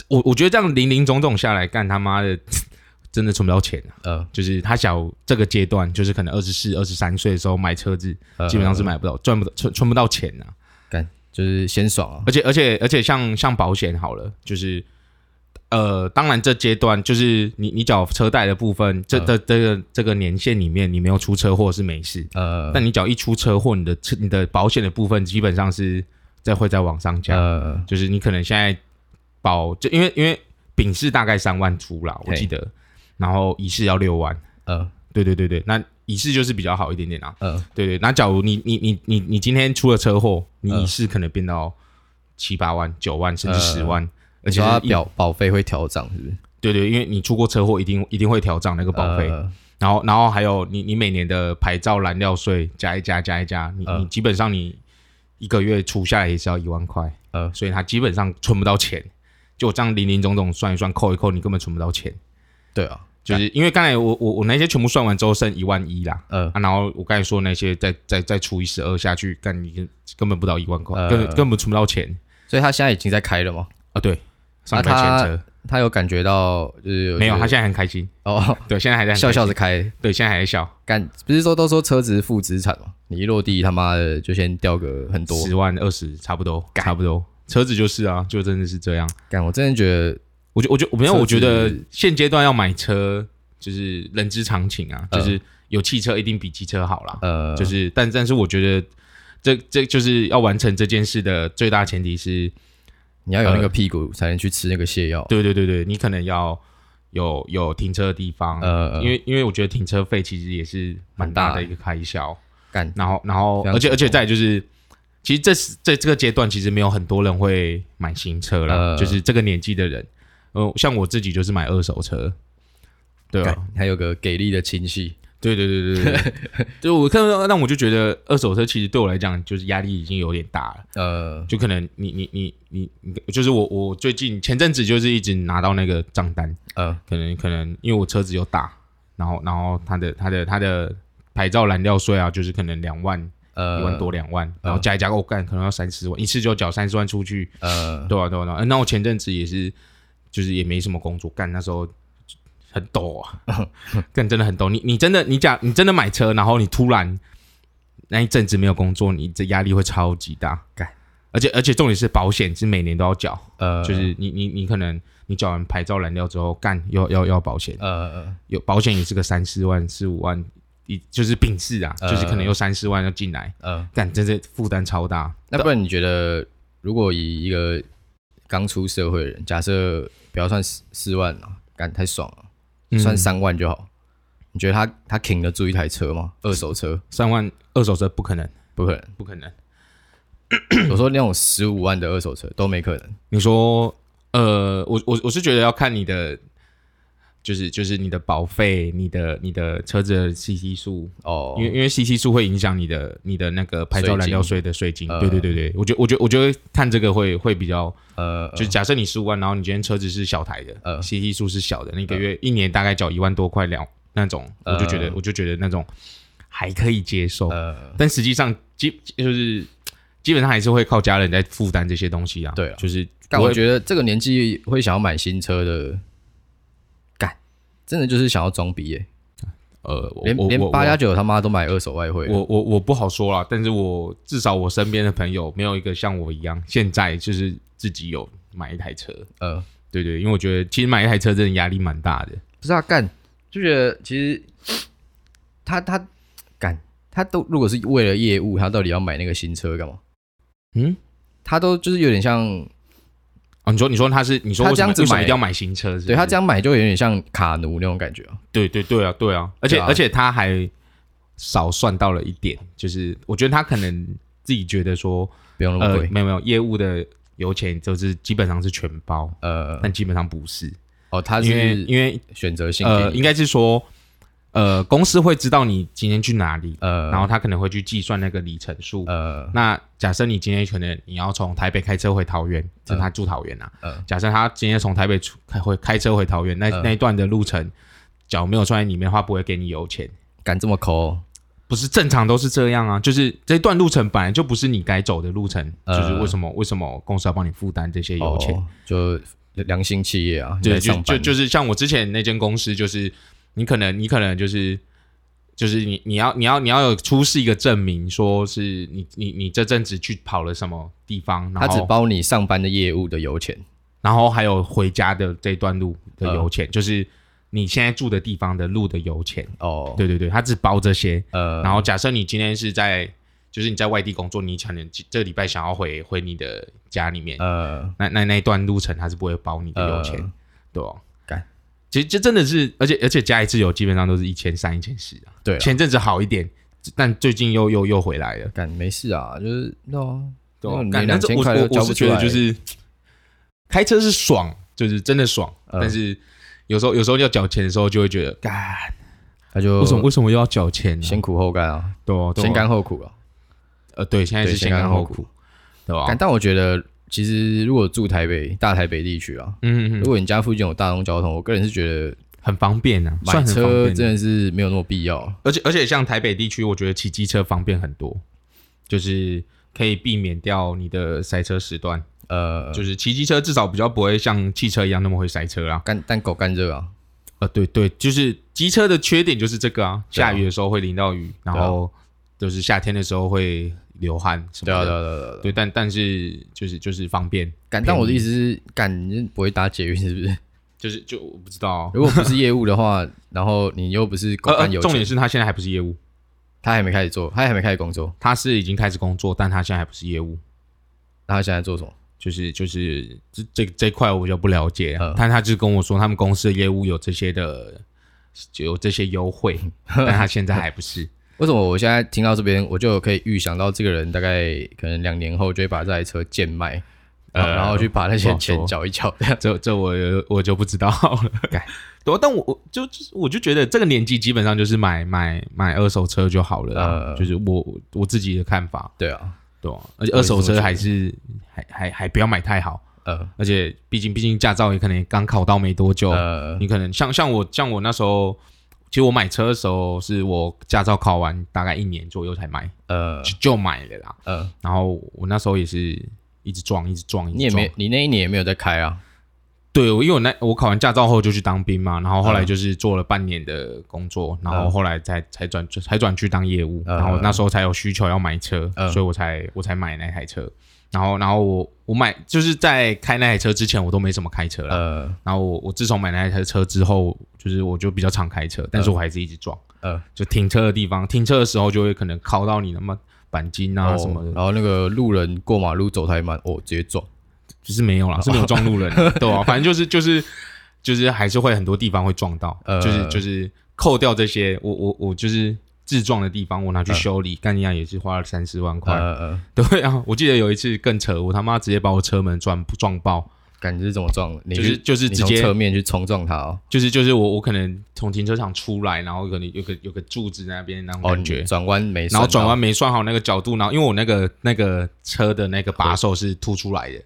Speaker 1: 我我觉得这样零零总总下来，干他妈的 真的存不到钱啊！
Speaker 2: 呃
Speaker 1: 就是他小这个阶段，就是可能二十四、二十三岁的时候买车子，
Speaker 2: 呃，
Speaker 1: 基本上是买不到、赚不到、存存不到钱啊。
Speaker 2: 就是先爽啊，
Speaker 1: 而且而且而且像像保险好了，就是呃，当然这阶段就是你你缴车贷的部分，这
Speaker 2: 嗯
Speaker 1: 这这个这个年限里面，你没有出车祸是没事，
Speaker 2: 呃
Speaker 1: 但你只要一出车祸，你的车你的保险的部分基本上是在会再往上加，
Speaker 2: 呃
Speaker 1: 就是你可能现在保就因为因为丙是大概三万出啦，我
Speaker 2: 嘿
Speaker 1: 记得，然后乙是要六万，
Speaker 2: 呃
Speaker 1: 对对对对，那乙是就是比较好一点点啊，
Speaker 2: 呃
Speaker 1: 对对，那假如你你你你你今天出了车祸，你
Speaker 2: 嗯
Speaker 1: 一次可能变到七八万、九万甚至
Speaker 2: 呃
Speaker 1: 十万，而且
Speaker 2: 你说他
Speaker 1: 是一
Speaker 2: 表保费会调涨是不是？
Speaker 1: 对对，因为你出过车祸，一定一定会调涨那个保费，
Speaker 2: 呃
Speaker 1: 然后然后还有你你每年的牌照燃料税加一加加一加，你、
Speaker 2: 嗯
Speaker 1: 你基本上你一个月出下来也是要一万块，
Speaker 2: 呃
Speaker 1: 所以他基本上存不到钱，就我这样零零总总算一算扣一扣，你根本存不到钱，
Speaker 2: 对啊，
Speaker 1: 就是因为刚才我我我那些全部算完之后剩一万一啦，
Speaker 2: 呃
Speaker 1: 啊，然后我刚才说那些再再再除以十二下去，干你根根本不到一万块，
Speaker 2: 呃
Speaker 1: 根本根本存不到钱
Speaker 2: 所以他现在已经在开了吗？
Speaker 1: 啊！对，上
Speaker 2: 啊
Speaker 1: 台
Speaker 2: 他
Speaker 1: 前车、
Speaker 2: 他有感觉到就是
Speaker 1: 没有，
Speaker 2: 觉
Speaker 1: 他
Speaker 2: 得
Speaker 1: 现在很开心，
Speaker 2: 哦
Speaker 1: 对，现在 还在很开
Speaker 2: 笑
Speaker 1: 心
Speaker 2: 笑着开，
Speaker 1: 对，现在还在笑，
Speaker 2: 干不是说都说车子是负资产吗？你一落地他妈的就先掉个很多，
Speaker 1: 十万二十差不多，差不多，车子就是啊，就真的是这样。
Speaker 2: 干我真的觉得
Speaker 1: 我觉我觉没有，
Speaker 2: 车子
Speaker 1: 我觉得现阶段要买车就是人之常情啊，就是有汽车一定比机车好啦。
Speaker 2: 呃
Speaker 1: 就是但但是我觉得这这就是要完成这件事的最大前提是。
Speaker 2: 你要有那个屁股才能去吃那个泻药，
Speaker 1: 对对对对，你可能要有有停车的地方，
Speaker 2: 呃
Speaker 1: 因为因为我觉得停车费其实也是蛮大
Speaker 2: 很大
Speaker 1: 的一个开销。
Speaker 2: 干
Speaker 1: 然后然后，
Speaker 2: 非常哦
Speaker 1: 而且
Speaker 2: 恐怖
Speaker 1: 而且再来就是，其实这是在这个阶段，其实没有很多人会买新车啦，
Speaker 2: 呃
Speaker 1: 就是这个年纪的人，呃，像我自己就是买二手车。对啊，
Speaker 2: 干还有个给力的亲戚，
Speaker 1: 对对对对对， 对就我看到，那我就觉得二手车其实对我来讲，就是压力已经有点大了。
Speaker 2: 呃
Speaker 1: 就可能你你你你你，就是我我最近前阵子就是一直拿到那个账单，
Speaker 2: 呃
Speaker 1: 可能可能因为我车子又大，然后然后它的它的它的牌照燃料税啊，就是可能两万
Speaker 2: 呃
Speaker 1: 一万多两万，然后加一加，我、干可能要三十万，一次就缴三十万出去，
Speaker 2: 呃
Speaker 1: 对啊对啊对啊。呃那我前阵子也是，就是也没什么工作干，那时候很抖啊， 干真的很抖。你你真的你假你真的买车，然后你突然那一阵子没有工作，你这压力会超级大，
Speaker 2: 干。
Speaker 1: 而且而且重点是保险是每年都要缴，
Speaker 2: 呃
Speaker 1: 就是你你你可能你缴完牌照燃料之后，干要要要保险，
Speaker 2: 呃
Speaker 1: 有保险也是个三四万四五万，一就是病逝啊，
Speaker 2: 呃
Speaker 1: 就是可能有三四万要进来，
Speaker 2: 呃，
Speaker 1: 干真是负担超大。
Speaker 2: 那不然你觉得如果以一个刚出社会的人，假设不要算四四万啊，干太爽了。算
Speaker 1: 三
Speaker 2: 三万就好。你觉得他他挺得住一台车吗？二手车
Speaker 1: 三万二手车不可能，
Speaker 2: 不可 能。
Speaker 1: 不可能。
Speaker 2: 我说那种十五万的二手车都没可能。
Speaker 1: 你说，呃，我我我是觉得要看你的，就是就是你的保费、你的你的车子的 CC 数，
Speaker 2: 哦
Speaker 1: 因为因为 CC 数会影响你的你的那个牌照燃料税的税金。
Speaker 2: 呃
Speaker 1: 对对对对，我觉我觉我觉得看这个会会比较，
Speaker 2: 呃
Speaker 1: 就是假设你十五万，然后你今天车子是小台的、
Speaker 2: 呃
Speaker 1: c c 数是小的，你一
Speaker 2: 嗯
Speaker 1: 个月、一年大概缴一万多块两那种，我就觉得、
Speaker 2: 呃
Speaker 1: 我就觉得那种还可以接受。
Speaker 2: 呃
Speaker 1: 但实际上基就是基本上还是会靠家人在负担这些东西啊。
Speaker 2: 对啊
Speaker 1: 就是
Speaker 2: 但
Speaker 1: 不
Speaker 2: 我
Speaker 1: 会
Speaker 2: 觉得这个年纪会想要买新车的，干真的就是想要装逼耶、
Speaker 1: 呃，我
Speaker 2: 连
Speaker 1: 我
Speaker 2: 连
Speaker 1: 我
Speaker 2: 八加九他妈都买二手外汇了。
Speaker 1: 我我我不好说啦，但是我至少我身边的朋友没有一个像我一样，现在就是自己有买一台车。
Speaker 2: 呃
Speaker 1: 对对，因为我觉得其实买一台车真的压力蛮大的。
Speaker 2: 不是啊，干就觉得其实他他敢他都如果是为了业务，他到底要买那个新车干嘛？
Speaker 1: 嗯，
Speaker 2: 他都就是有点像，
Speaker 1: 哦，你说你说他是你说
Speaker 2: 他
Speaker 1: 为什么
Speaker 2: 这样子
Speaker 1: 为什么
Speaker 2: 买
Speaker 1: 一定要买新车是不是
Speaker 2: 对他这样买就有点像卡奴那种感觉啊。
Speaker 1: 对对对啊，对啊，而且、
Speaker 2: 对啊
Speaker 1: 而且他还少算到了一点，就是我觉得他可能自己觉得说，
Speaker 2: 不用那么
Speaker 1: 呃，
Speaker 2: 贵，
Speaker 1: 没有没有，业务的油钱就是基本上是全包，
Speaker 2: 呃，
Speaker 1: 但基本上不是，
Speaker 2: 哦，他
Speaker 1: 因为
Speaker 2: 是
Speaker 1: 因为
Speaker 2: 选择性
Speaker 1: 呃，
Speaker 2: 给
Speaker 1: 应
Speaker 2: 你，
Speaker 1: 该是说，呃，公司会知道你今天去哪里，
Speaker 2: 呃，
Speaker 1: 然后他可能会去计算那个里程数。
Speaker 2: 呃，
Speaker 1: 那假设你今天可能你要从台北开车回桃园，这他住桃园啊。
Speaker 2: 呃
Speaker 1: 假设他今天从台北出开回开车回桃园，那、
Speaker 2: 嗯
Speaker 1: 那一段的路程，脚没有穿在里面的话，不会给你油钱。
Speaker 2: 敢这么抠，哦
Speaker 1: 不是正常都是这样啊，就是这段路程本来就不是你该走的路程，
Speaker 2: 呃
Speaker 1: 就是为什么为什么公司要帮你负担这些油钱？
Speaker 2: 哦就良心企业啊，
Speaker 1: 对，
Speaker 2: 你在
Speaker 1: 就
Speaker 2: 上
Speaker 1: 就
Speaker 2: 班
Speaker 1: 就是像我之前那间公司，就是你可能你可能就是就是你你要你要你要有出示一个证明，说是你你你这阵子去跑了什么地方，
Speaker 2: 他
Speaker 1: 然
Speaker 2: 只
Speaker 1: 后
Speaker 2: 包你上班的业务的油钱，
Speaker 1: 然后还有回家的这段路的
Speaker 2: 呃
Speaker 1: 油钱，就是你现在住的地方的路的油钱。
Speaker 2: 哦，
Speaker 1: 对对对，他只包这些。
Speaker 2: 呃，
Speaker 1: 然后假设你今天是在，就是你在外地工作，你可能这礼拜想要回回你的家里面，
Speaker 2: 呃，
Speaker 1: 那那那一段路程他是不会包你的油钱，
Speaker 2: 呃
Speaker 1: 对吧、
Speaker 2: 干
Speaker 1: 其实这真的是，而且而且加一次油基本上都是一千三、一千四啊。
Speaker 2: 对啊，
Speaker 1: 前阵子好一点，但最近又又又回来了。
Speaker 2: 干没事啊，就是那种
Speaker 1: 对吧哦
Speaker 2: 那你
Speaker 1: 干但是
Speaker 2: 2000
Speaker 1: 我
Speaker 2: 块都
Speaker 1: 我
Speaker 2: 交
Speaker 1: 我
Speaker 2: 不
Speaker 1: 是觉得
Speaker 2: 出来
Speaker 1: 就是开车是爽，就是真的爽，
Speaker 2: 呃
Speaker 1: 但是有时候有时候要缴钱的时候就会觉得，呃干
Speaker 2: 他就
Speaker 1: 为什么为什么又要缴钱呢、
Speaker 2: 先苦后甘啊，
Speaker 1: 对哦对哦
Speaker 2: 先甘后苦啊。
Speaker 1: 呃对，现在
Speaker 2: 对
Speaker 1: 是
Speaker 2: 先
Speaker 1: 先甘
Speaker 2: 甘后
Speaker 1: 后苦，对哦吧
Speaker 2: 干？但我觉得其实如果住台北大台北地区啊，
Speaker 1: 嗯嗯嗯
Speaker 2: 如，果你家附近有大众交通，我个人是觉得
Speaker 1: 很方便啊，
Speaker 2: 买
Speaker 1: 算很方
Speaker 2: 车
Speaker 1: 便
Speaker 2: 真的是没有那么必要。
Speaker 1: 而且而且像台北地区，我觉得骑机车方便很多，就是可以避免掉你的塞车时段。
Speaker 2: 呃，
Speaker 1: 就是骑机车至少比较不会像汽车一样那么会塞车啦。
Speaker 2: 干但狗干热啊，
Speaker 1: 呃，对对，就是机车的缺点就是这个啊，
Speaker 2: 对啊
Speaker 1: 下雨的时候会淋到雨，然
Speaker 2: 啊
Speaker 1: 后就是夏天的时候会流汗什
Speaker 2: 对啊
Speaker 1: 么
Speaker 2: 对
Speaker 1: 的。
Speaker 2: 啊对啊对啊对啊。
Speaker 1: 对，但但是就是就是方便，
Speaker 2: 干，但我的意思是，干你不会搭捷运是不是？
Speaker 1: 就是就我不知道哦、
Speaker 2: 如果不是业务的话，然后你又不是狗
Speaker 1: 呃呃
Speaker 2: 干油
Speaker 1: 重点
Speaker 2: 钱，
Speaker 1: 是他现在还不是业务，
Speaker 2: 他还没开始做，他还没开始工作，
Speaker 1: 他是已经开始工作，但他现在还不是业务。
Speaker 2: 那他现在做什么？
Speaker 1: 就是就是这这这块我就不了解啊
Speaker 2: 嗯
Speaker 1: 但他就跟我说他们公司的业务有这些的有这些优惠， 但他现在还不是。
Speaker 2: 为什么我现在听到这边，我就可以预想到这个人大概可能两年后就会把这台车贱卖，
Speaker 1: 呃
Speaker 2: 然后去把那些
Speaker 1: 不
Speaker 2: 钱
Speaker 1: 好说
Speaker 2: 缴一缴。
Speaker 1: 这这我我就不知道 了。对，啊但我我就就是我就觉得这个年纪基本上就是买买买二手车就好了啊、
Speaker 2: 呃
Speaker 1: 就是我我自己的看法，
Speaker 2: 对啊，
Speaker 1: 对、啊，而且
Speaker 2: 我
Speaker 1: 二
Speaker 2: 也是这
Speaker 1: 手
Speaker 2: 么觉
Speaker 1: 车
Speaker 2: 得
Speaker 1: 还是还还还不要买太好，
Speaker 2: 呃
Speaker 1: 而且毕竟毕竟驾照也可能刚考到没多久，
Speaker 2: 呃
Speaker 1: 你可能像像我像我那时候，其实我买车的时候是我驾照考完大概一年左右才买，
Speaker 2: 呃
Speaker 1: 就就买了啦。
Speaker 2: 呃，
Speaker 1: 然后我那时候也是一直撞，一直撞，一直撞。
Speaker 2: 你也没你那一年也没有在开啊，
Speaker 1: 对，我因为我那我考完驾照后就去当兵嘛，然后后
Speaker 2: 嗯
Speaker 1: 来就是做了半年的工作，然后后来才才转才转去当业务，
Speaker 2: 嗯
Speaker 1: 然后那时候才有需求要买车，
Speaker 2: 嗯
Speaker 1: 所以我才我才买那台车。然后然后我我买就是在开那台车之前我都没怎么开车啦。
Speaker 2: 呃
Speaker 1: 然后我我自从买那台车之后，就是我就比较常开车，但
Speaker 2: 嗯
Speaker 1: 是我还是一直撞，
Speaker 2: 呃，
Speaker 1: 就停车的地方，停车的时候就会可能靠到你那么钣金啊
Speaker 2: 哦
Speaker 1: 什么的，
Speaker 2: 然后那个路人过马路走太慢，哦，直接撞。
Speaker 1: 就是没有
Speaker 2: 哦
Speaker 1: 啦，是没有撞路人的， 对吧、啊反正就是就是就是还是会很多地方会撞到，
Speaker 2: 呃
Speaker 1: 就是就是扣掉这些，我我我就是自撞的地方，我拿去修理，干一样也是花了三四万块。
Speaker 2: 呃呃，
Speaker 1: 对啊，我记得有一次更扯，我他妈直接把我车门撞撞爆，
Speaker 2: 感觉是怎么撞的？你
Speaker 1: 就是就是
Speaker 2: 你
Speaker 1: 直
Speaker 2: 从
Speaker 1: 接
Speaker 2: 侧面去冲撞他哦，
Speaker 1: 就是就是我我可能从停车场出来，然后可能有个有个柱子在那边那种
Speaker 2: 哦，
Speaker 1: 感
Speaker 2: 你
Speaker 1: 觉，
Speaker 2: 转弯没，
Speaker 1: 然后转弯，没算好那个角度，然后因为我那个那个车的那个把手是凸出来的，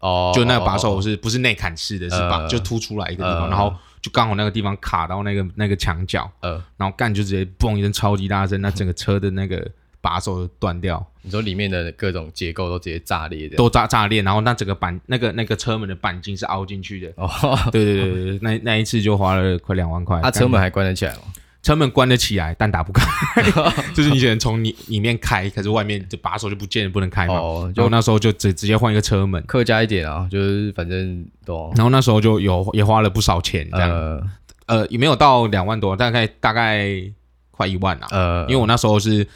Speaker 2: 哦，
Speaker 1: 就那个把手
Speaker 2: 哦，
Speaker 1: 是不是内砍式的，是
Speaker 2: 呃
Speaker 1: 把就凸出来一个地方，
Speaker 2: 呃
Speaker 1: 然后就刚好那个地方卡到那个那个墙角，
Speaker 2: 呃，
Speaker 1: 然后干就直接嘣一声超级大声，那整个车的那个把手就断掉，
Speaker 2: 你说里面的各种结构都直接炸裂的，
Speaker 1: 都炸炸裂，然后那整个板那个那个车门的钣金是凹进去的。
Speaker 2: 哦，
Speaker 1: 对对对对对，那那一次就花了快两万块。
Speaker 2: 他
Speaker 1: 干
Speaker 2: 啊车门还关得起来吗？
Speaker 1: 车门关得起来，但打不 开，就是你只能从里里面开，可是外面就把手就不见了，不能开嘛。
Speaker 2: 哦
Speaker 1: 然后那时候就直直接换一个车门，
Speaker 2: 客家一点啊，就是反正懂
Speaker 1: 然后那时候就有也花了不少钱这样。
Speaker 2: 呃
Speaker 1: 呃也没有到两万多，大概大概快一万啊。
Speaker 2: 呃
Speaker 1: 因为我那时候是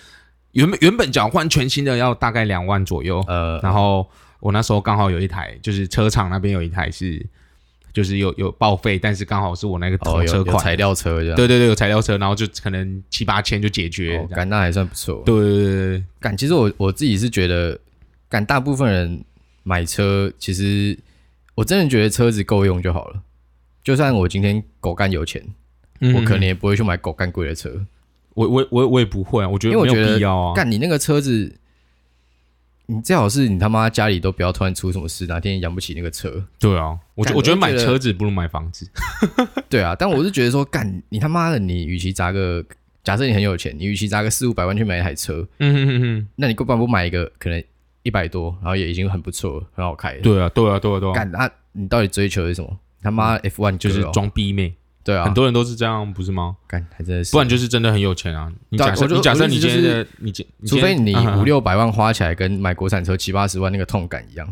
Speaker 1: 原本原本交换全新的要大概两万左右，
Speaker 2: 呃
Speaker 1: 然后我那时候刚好有一台，就是车厂那边有一台是，就是有有报废，但是刚好是我那个
Speaker 2: 哦
Speaker 1: 头
Speaker 2: 有
Speaker 1: 车
Speaker 2: 有
Speaker 1: 款，
Speaker 2: 材料车这样，
Speaker 1: 对对对，有材料车，然后就可能七八千就解决，
Speaker 2: 哦，
Speaker 1: 这样
Speaker 2: 感那还算不错。
Speaker 1: 对对对对对，
Speaker 2: 感其实我我自己是觉得，感大部分人买车，其实我真的觉得车子够用就好了。就算我今天狗干有钱，
Speaker 1: 嗯
Speaker 2: 我可能也不会去买狗干贵的车，
Speaker 1: 我我我我也不会啊，我觉
Speaker 2: 因
Speaker 1: 得
Speaker 2: 为我
Speaker 1: 没有
Speaker 2: 觉得
Speaker 1: 必要啊，
Speaker 2: 干你那个车子，你最好是你他妈家里都不要突然出什么事，哪天养不起那个车。
Speaker 1: 对啊，我觉
Speaker 2: 干
Speaker 1: 我觉得
Speaker 2: 我就
Speaker 1: 买
Speaker 2: 觉得
Speaker 1: 车子不如买房子，
Speaker 2: 对啊，但我是觉得说，干你他妈的，你与其砸个，假设你很有钱，你与其砸个四五百万去买一台车，
Speaker 1: 嗯哼哼哼，
Speaker 2: 那你不然不买一个可能一百多，然后也已经很不错了，很好开了。
Speaker 1: 对啊对啊对啊对啊，
Speaker 2: 干那、你到底追求的是什么？他妈 F one
Speaker 1: 就是装逼妹，
Speaker 2: 哦对
Speaker 1: 嗯
Speaker 2: 啊，
Speaker 1: 很多人都是这样，不是吗？
Speaker 2: 干还真的是，
Speaker 1: 不然就是真的很有钱啊！你
Speaker 2: 对啊
Speaker 1: 假设
Speaker 2: 我就
Speaker 1: 你假
Speaker 2: 我
Speaker 1: 设
Speaker 2: 的意
Speaker 1: 你
Speaker 2: 思
Speaker 1: 今
Speaker 2: 就
Speaker 1: 天
Speaker 2: 是
Speaker 1: 的你啊今
Speaker 2: 除非你
Speaker 1: 今天嗯
Speaker 2: 五六百万花起来跟买国产车七八十万那个痛感一样。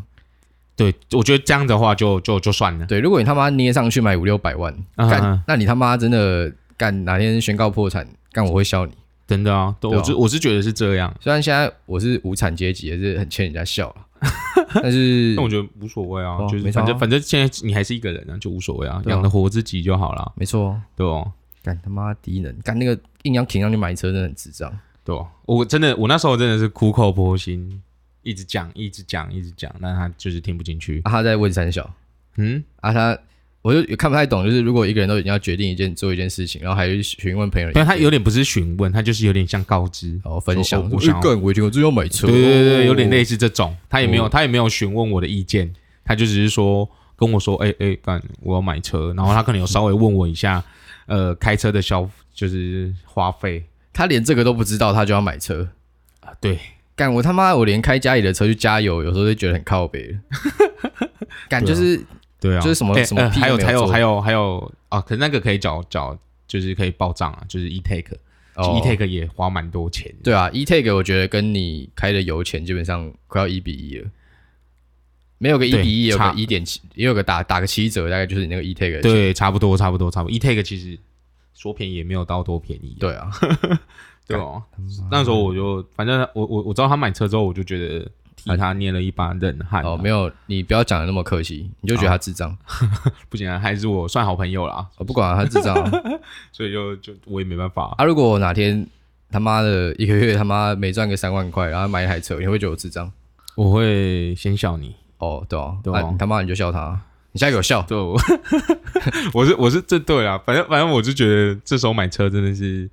Speaker 1: 对，我觉得这样的话就就就算了。
Speaker 2: 对，如果你他妈捏上去买五六百万，
Speaker 1: 啊
Speaker 2: 干、
Speaker 1: 啊
Speaker 2: 那你他妈真的干哪天宣告破产，干我会笑你。
Speaker 1: 真的啊，都
Speaker 2: 对啊
Speaker 1: 我是我是觉得是这样，
Speaker 2: 虽然现在我是无产阶级，也是很欠人家笑 了，但是
Speaker 1: 但我觉得无所谓啊
Speaker 2: 哦，
Speaker 1: 就是
Speaker 2: 没差啊
Speaker 1: 反正反正现在你还是一个人啊，就无所谓啊，
Speaker 2: 对啊
Speaker 1: 养得活自己就好了，
Speaker 2: 没错哦，
Speaker 1: 对哦，
Speaker 2: 干他妈低能，干那个硬要挺上去买车真的很智障。
Speaker 1: 对哦，我真的我那时候真的是苦口婆心，一直讲一直讲一直讲，但他就是听不进去。
Speaker 2: 啊，他在问三小
Speaker 1: 嗯，
Speaker 2: 啊，他我就也看不太懂，就是如果一个人都已经要决定一件做一件事情，然后还去询问朋友的意
Speaker 1: 但
Speaker 2: 见，
Speaker 1: 他有点不是询问，他就是有点像告知。
Speaker 2: 然后分享，
Speaker 1: 说
Speaker 2: 我
Speaker 1: 我想要
Speaker 2: 干我以前我就要买车，
Speaker 1: 对对对，有点
Speaker 2: 累。
Speaker 1: 类似这种，他也没有、
Speaker 2: 哦
Speaker 1: 他也没有询问我的意见，他就只是说跟我说，哎、哎，干、我要买车，然后他可能有稍微问我一下，呃，开车的消就是花费
Speaker 2: 他连这个都不知道，他就要买车。
Speaker 1: 啊，对，
Speaker 2: 干我他妈，我连开家里的车去加油，有时候就觉得很靠北 了。干就是
Speaker 1: 对啊，
Speaker 2: 就是什么
Speaker 1: 哎
Speaker 2: 什么
Speaker 1: 呃
Speaker 2: 屁
Speaker 1: 还有
Speaker 2: 都没
Speaker 1: 还
Speaker 2: 有
Speaker 1: 有
Speaker 2: 做
Speaker 1: 还有还有啊，可是那个可以缴缴，就是可以报账啊，就是 e take，
Speaker 2: 哦
Speaker 1: e take 也花蛮多钱的。
Speaker 2: 对啊，e take 我觉得跟你开的油钱基本上快要一比一了，没有个一
Speaker 1: 对
Speaker 2: 比一，有个
Speaker 1: 差
Speaker 2: 一点七，也有个打打个七折，大概就是你那个 e take 的钱。
Speaker 1: 对，差不多差不多差不多 e take 其实说便宜也没有到多便宜、啊，
Speaker 2: 对啊，
Speaker 1: 对哦，那时候我就反正我我我知道他买车之后，我就觉得替他捏了一把冷汗、啊
Speaker 2: 哦，没有，你不要讲的那么客气，你就觉得他智障。
Speaker 1: 不简单，还是我算好朋友啦，
Speaker 2: 我、不管、啊、他智 障啊
Speaker 1: 所以就就我也没办法。
Speaker 2: 啊！如果我哪天他妈的一个月他妈没赚个三万块，然后买一台车，你会觉得我智障？
Speaker 1: 我会先笑你，
Speaker 2: 哦，对哦、啊，
Speaker 1: 对啊
Speaker 2: 你他妈你就笑他，你现在给我笑。
Speaker 1: 对，我 我是我是这对啦，反正反正我就觉得这时候买车真的是，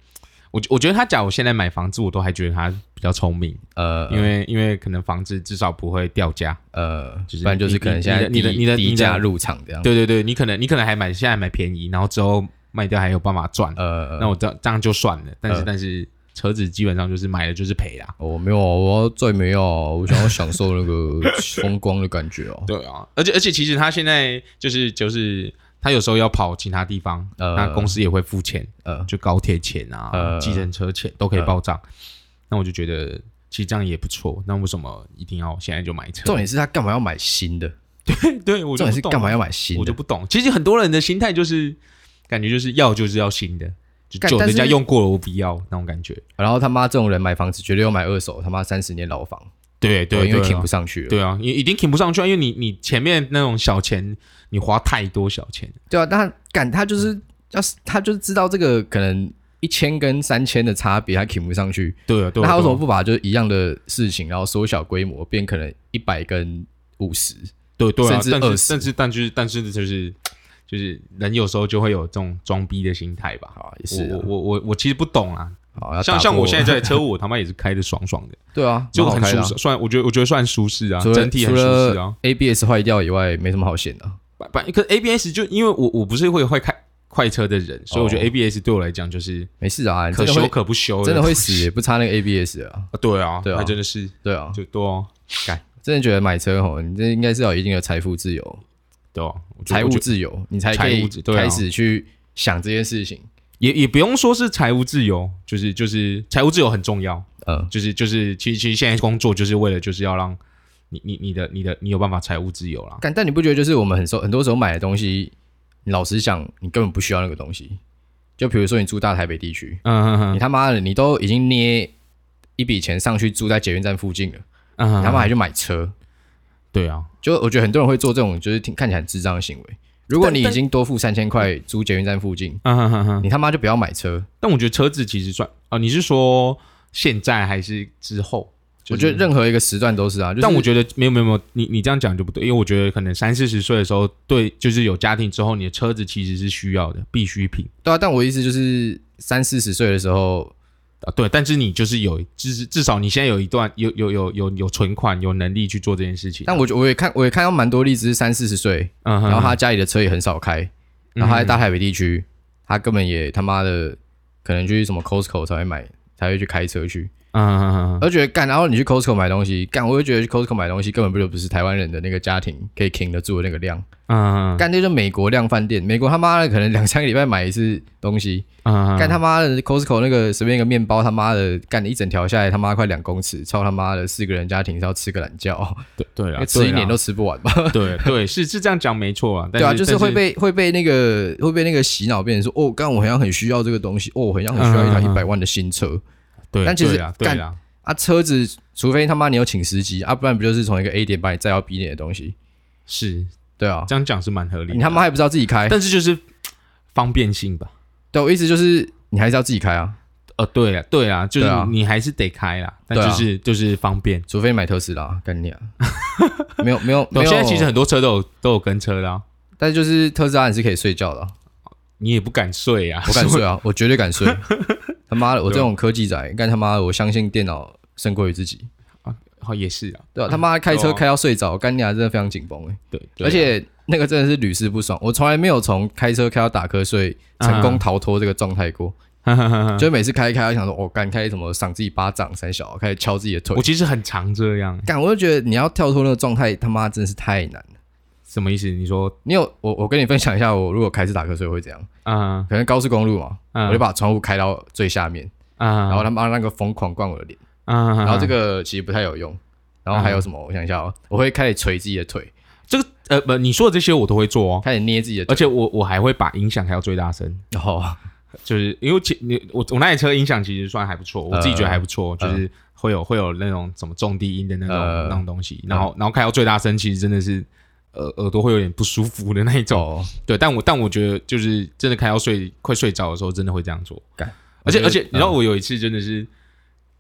Speaker 1: 我我觉得他假如现在买房子，我都还觉得他比较聪明，
Speaker 2: 呃
Speaker 1: 因为因为可能房子至少不会掉价。
Speaker 2: 呃，
Speaker 1: 就是
Speaker 2: 不然就是可能现在
Speaker 1: 你的
Speaker 2: 低
Speaker 1: 你的你的
Speaker 2: 低
Speaker 1: 你的
Speaker 2: 价入场这样。
Speaker 1: 对对对，你可能你可能还买现在买便宜，然后之后卖掉还有办法赚，
Speaker 2: 呃，
Speaker 1: 那我这样这样就算了。但是、
Speaker 2: 呃
Speaker 1: 但是车子基本上就是买了就是赔啦。
Speaker 2: 哦我、没有，我最没有，我想要享受那个风光的感觉哦。
Speaker 1: 对啊，而且而且其实他现在就是就是他有时候要跑其他地方，
Speaker 2: 呃
Speaker 1: 那公司也会付钱，
Speaker 2: 呃，
Speaker 1: 就高铁钱啊、
Speaker 2: 呃
Speaker 1: 计程车钱都可以报账。那我就觉得其实这样也不错。那为什么一定要现在就买车？
Speaker 2: 重点是他干嘛要买新的？
Speaker 1: 对对，我就
Speaker 2: 重点是
Speaker 1: 不懂
Speaker 2: 干嘛要买新
Speaker 1: 我
Speaker 2: 的
Speaker 1: 就？不懂。其实很多人的心态就是感觉就是要就是要新的，就
Speaker 2: 干
Speaker 1: 就
Speaker 2: 但
Speaker 1: 人
Speaker 2: 是
Speaker 1: 家用过了我不要那种感觉。
Speaker 2: 然后他妈这种人买房子绝对要买二手，他妈三十年老房，
Speaker 1: 对对，
Speaker 2: 因为
Speaker 1: 对啊
Speaker 2: 挺不上去了。
Speaker 1: 对啊，你一定挺不上去啊，因为你你前面那种小钱，你花太多小钱。
Speaker 2: 对啊，但他敢他
Speaker 1: 嗯
Speaker 2: 就是要是他就是知道这个可能一千跟三千的差别，他挺不上去。
Speaker 1: 对啊，对
Speaker 2: 那
Speaker 1: 啊，
Speaker 2: 他为什
Speaker 1: 对啊
Speaker 2: 么不把就是一样的事情，然后缩小规模，变可能一百跟五十？
Speaker 1: 对对啊，
Speaker 2: 甚至
Speaker 1: 但是
Speaker 2: 20
Speaker 1: 甚至但就是但是就是就是人有时候就会有这种装逼的心态吧。
Speaker 2: 好，也是
Speaker 1: 我
Speaker 2: 啊
Speaker 1: 我我我我其实不懂啊，
Speaker 2: 好，要
Speaker 1: 像
Speaker 2: 打
Speaker 1: 像
Speaker 2: 破
Speaker 1: 我现在这台车，我他妈也是开的爽爽的，
Speaker 2: 对啊，
Speaker 1: 就很
Speaker 2: 蛮好
Speaker 1: 舒
Speaker 2: 开的啊
Speaker 1: 适，算我觉得我觉得算舒适啊，
Speaker 2: 除了
Speaker 1: 整体很舒适啊。
Speaker 2: ABS 坏掉以外，没什么好险的。啊
Speaker 1: 反反可 ABS 就因为我我不是会会开快车的人，所以我觉得
Speaker 2: 哦
Speaker 1: ABS 对我来讲就是
Speaker 2: 没事啊，你
Speaker 1: 可
Speaker 2: 真的
Speaker 1: 修
Speaker 2: 会
Speaker 1: 可不修，
Speaker 2: 真的会死，也不差那个 ABS 的啊。
Speaker 1: 啊。对啊，
Speaker 2: 对啊
Speaker 1: 那真的是
Speaker 2: 对啊，
Speaker 1: 就多哦
Speaker 2: 真的觉得买车吼，你这应该是要有一定的财富自由，
Speaker 1: 对啊，我觉得我
Speaker 2: 财
Speaker 1: 觉
Speaker 2: 务
Speaker 1: 得
Speaker 2: 自由，你才可
Speaker 1: 财务
Speaker 2: 以
Speaker 1: 自对啊
Speaker 2: 开始去想这件事情。
Speaker 1: 也也不用说是财务自由，就是就是财务自由很重要，
Speaker 2: 嗯，
Speaker 1: 就是就是其实其实现在工作就是为了就是要让你你你的你的你有办法财务自由啦。
Speaker 2: 但但你不觉得就是我们很受很多时候买的东西，你老实讲，你根本不需要那个东西。就比如说你住大台北地区，
Speaker 1: 嗯
Speaker 2: 你
Speaker 1: 嗯
Speaker 2: 他妈的你都已经捏一笔钱上去住在捷运站附近了，
Speaker 1: 嗯，
Speaker 2: 你他妈还去买车？
Speaker 1: 对啊，
Speaker 2: 就我觉得很多人会做这种就是挺看起来很智障的行为。如果你已经多付三千块租捷运站附近，
Speaker 1: 嗯哼哼哼。
Speaker 2: 你他妈就不要买车。
Speaker 1: 但我觉得车子其实算哦，你是说现在还是之后？
Speaker 2: 我觉得任何一个时段都是啊，就是
Speaker 1: 但我觉得没有没有没有，你你这样讲就不对，因为我觉得可能三四十岁的时候，对，就是有家庭之后，你的车子其实是需要的必需品
Speaker 2: 对啊，但我意思就是三四十岁的时候，
Speaker 1: 啊。对，但是你就是有，至至少你现在有一段有有有有有存款，有能力去做这件事情。
Speaker 2: 但我觉我也看我也看到蛮多例子是三四十岁，
Speaker 1: 嗯哼，
Speaker 2: 然后他家里的车也很少开，然后他在
Speaker 1: 嗯
Speaker 2: 大台北地区，他根本也他妈的可能去什么 Costco 才会买，才会去开车去。
Speaker 1: 嗯哼哼哼
Speaker 2: 我就觉得干，然后你去 Costco 买东西，干，我就觉得去 Costco 买东西根本不就不是台湾人的那个家庭可以扛得住的那个量，
Speaker 1: 嗯
Speaker 2: 干，那就是美国量饭店，美国他妈的可能两三个礼拜买一次东西，
Speaker 1: 嗯
Speaker 2: 干他妈的 Costco 那个随便一个面包，他妈的干一整条下来，他妈快两公尺，超他妈的四个人家庭是要吃个懒觉，
Speaker 1: 对对啊
Speaker 2: 因
Speaker 1: 了
Speaker 2: 为，吃一年都吃不完吧？
Speaker 1: 对对是是这样讲没错啊，
Speaker 2: 对啊，就是会被会被那个会被那个洗脑，变成说哦，干我好像很需要这个东西，哦，我好像很需要一
Speaker 1: 嗯
Speaker 2: 台
Speaker 1: 嗯嗯
Speaker 2: 一百万的新车
Speaker 1: 对，对
Speaker 2: 干
Speaker 1: 啊，
Speaker 2: 啊，车子除非他妈你有请司机啊，不然不就是从一个 A 点把你载到 B 点的东西？
Speaker 1: 是
Speaker 2: 对啊，
Speaker 1: 这样讲是蛮合理。啊
Speaker 2: 你他妈，还不知道自己开？
Speaker 1: 但是就是方便性吧。
Speaker 2: 对我意思就是你还是要自己开啊，
Speaker 1: 呃，对啊，对啊，就是
Speaker 2: 对啊
Speaker 1: 你还是得开啦，但
Speaker 2: 对啊
Speaker 1: 就是就是方便。
Speaker 2: 除非你买特斯拉，干你啊！没有 没有
Speaker 1: 对，
Speaker 2: 没有，
Speaker 1: 现在其实很多车都有都有跟车的、啊，
Speaker 2: 但是就是特斯拉你是可以睡觉的啊、
Speaker 1: 你也不敢睡啊。
Speaker 2: 我敢睡啊，我绝对敢睡。 他妈的，我
Speaker 1: 对啊
Speaker 2: 这种科技仔，干他妈的，我相信电脑胜过于自己，
Speaker 1: 哦，也是啊，
Speaker 2: 对吧、他妈开
Speaker 1: 对
Speaker 2: 车
Speaker 1: 啊
Speaker 2: 开到睡着，干你啊，真的非常紧绷哎。
Speaker 1: 对，对啊
Speaker 2: 而且那个真的是屡试不爽，我从来没有从开车开到打瞌睡成功逃脱这个状态过。就每次开一开，我想说，我、哦、干开什么，赏自己巴掌三小，开始敲自己的腿
Speaker 1: 我。其实很常这样，
Speaker 2: 哦干，我就觉得你要跳脱那个状态，他妈真的是太难了。
Speaker 1: 什么意思？你说，
Speaker 2: 你有我，我跟你分享一下，我如果开车打瞌睡会怎样？
Speaker 1: 嗯
Speaker 2: 可能高速公路嘛，啊
Speaker 1: 嗯，
Speaker 2: 我就把窗户开到最下面，
Speaker 1: 嗯，
Speaker 2: 然后他妈那个疯狂灌我的脸。
Speaker 1: 嗯，
Speaker 2: 然后这
Speaker 1: 个
Speaker 2: 个其实不太有用。然后还有什么？我想一下哦，我会开始捶自己的腿，
Speaker 1: 这个呃不，你说的这些我都会做哦，
Speaker 2: 开始捏自己的
Speaker 1: 而
Speaker 2: 腿。
Speaker 1: 且我我还会把音响开到最大声，
Speaker 2: 然后
Speaker 1: 就是因为其你我我那台车音响其实算还不错，我自己觉得还不错，
Speaker 2: 呃
Speaker 1: 就是会有会有那种什么重低音的那种、
Speaker 2: 呃
Speaker 1: 那种东西，然后、然后开到最大声，其实真的是耳耳朵会有点不舒服的那一种。
Speaker 2: 走，
Speaker 1: 对，但我但我觉得就是真的开到睡快睡着的时候，真的会这样做
Speaker 2: 干。
Speaker 1: 而且
Speaker 2: 我觉得
Speaker 1: 而且
Speaker 2: 嗯
Speaker 1: 你知道我有一次真的是，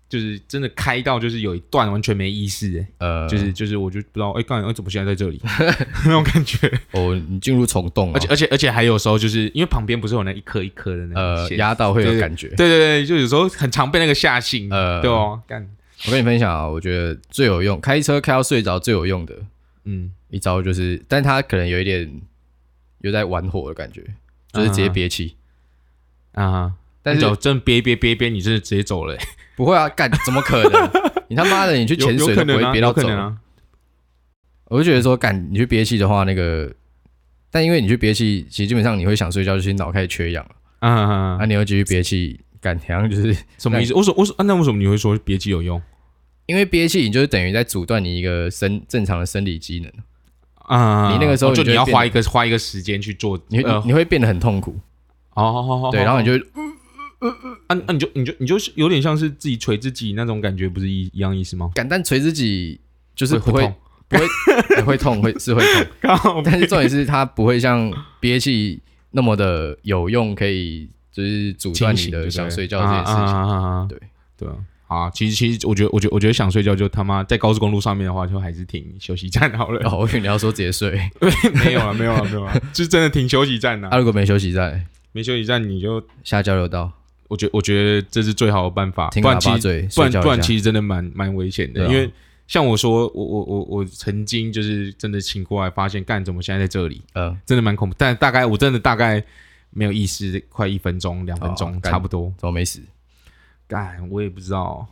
Speaker 1: 就是真的开到就是有一段完全没意识、欸，
Speaker 2: 呃，
Speaker 1: 就是就是我就不知道哎，干、欸，怎么现在在这里 那种感 觉。
Speaker 2: 哦，你进入虫洞了
Speaker 1: 而且，而且而且还有时候就是因为旁边不是有那一颗一颗的那
Speaker 2: 呃
Speaker 1: 个，线
Speaker 2: 压到会有感觉。
Speaker 1: 对对对，就有时候很常被那个吓醒，
Speaker 2: 呃
Speaker 1: 对哦，干，
Speaker 2: 我跟你分享啊，我觉得最有用，开车开到睡着最有用的
Speaker 1: 嗯，
Speaker 2: 一招就是，但他可能有一点有在玩火的感觉，就是直接憋气。
Speaker 1: 啊，
Speaker 2: 但是
Speaker 1: 有真憋憋憋憋，你真的直接走了、欸，
Speaker 2: 不会啊，干怎么可能？ 你他妈的，你去
Speaker 1: 有
Speaker 2: 潜水
Speaker 1: 有
Speaker 2: 都
Speaker 1: 可
Speaker 2: 不
Speaker 1: 能
Speaker 2: 会
Speaker 1: 啊，
Speaker 2: 憋到
Speaker 1: 有可
Speaker 2: 走
Speaker 1: 能。啊，
Speaker 2: 我就觉得说，干你去憋气的话，那个，但因为你去憋气，其实基本上你会想睡觉，就是你脑开始缺氧了。
Speaker 1: 啊啊啊
Speaker 2: 啊，你又继续憋气，感好像就是
Speaker 1: 什么意思？我说我说、啊，那为什么你会说憋气有用
Speaker 2: 因为憋气，你就是等于在阻断你一个生正常的生理机能，
Speaker 1: 啊？
Speaker 2: 你那个时候
Speaker 1: 哦就
Speaker 2: 你就
Speaker 1: 你要
Speaker 2: 会变
Speaker 1: 花一个花一个时间去做，
Speaker 2: 你会、
Speaker 1: 呃，
Speaker 2: 你会变得很痛苦，
Speaker 1: 哦，
Speaker 2: 对，然后你
Speaker 1: 就
Speaker 2: 就
Speaker 1: 啊啊，你就你就你就是有点像是自己捶自己那种感觉，不是一一样意思吗？
Speaker 2: 感但捶自己就是不
Speaker 1: 会
Speaker 2: 会
Speaker 1: 痛，
Speaker 2: 不会 哎会痛会是会痛，
Speaker 1: 靠
Speaker 2: 但是重点是它不会像憋气那么的有用，可以就是阻断
Speaker 1: 清醒
Speaker 2: 你的
Speaker 1: 就
Speaker 2: 想
Speaker 1: 对
Speaker 2: 睡觉
Speaker 1: 啊
Speaker 2: 这件事情。
Speaker 1: 啊啊啊啊啊
Speaker 2: 对
Speaker 1: 对啊。啊，其实其实我觉得，我觉得我觉得想睡觉就他妈在高速公路上面的话，就还是停休息站好了。
Speaker 2: 哦，我以为你要说直接睡，
Speaker 1: 没有了，啊没有了，没有 了，就是真的停休息站呐、
Speaker 2: 啊，如果没休息站
Speaker 1: 没休息站你就，
Speaker 2: 下交流道
Speaker 1: 我觉我觉得这是最好的办法，
Speaker 2: 听
Speaker 1: 不然
Speaker 2: 喇
Speaker 1: 其
Speaker 2: 叭
Speaker 1: 实
Speaker 2: 嘴
Speaker 1: 不
Speaker 2: 睡
Speaker 1: 然
Speaker 2: 觉
Speaker 1: 不然
Speaker 2: 一下，
Speaker 1: 其实真的蛮蛮危险的，
Speaker 2: 对啊
Speaker 1: 因为像我说，我我我我曾经就是真的醒过来，发现干怎么现在在这里，
Speaker 2: 嗯，
Speaker 1: 真的蛮恐怖。但大概我真的大概没有意识，快一分钟两分钟、
Speaker 2: 哦干
Speaker 1: 差不多。
Speaker 2: 怎么没死？
Speaker 1: 干我也不知道，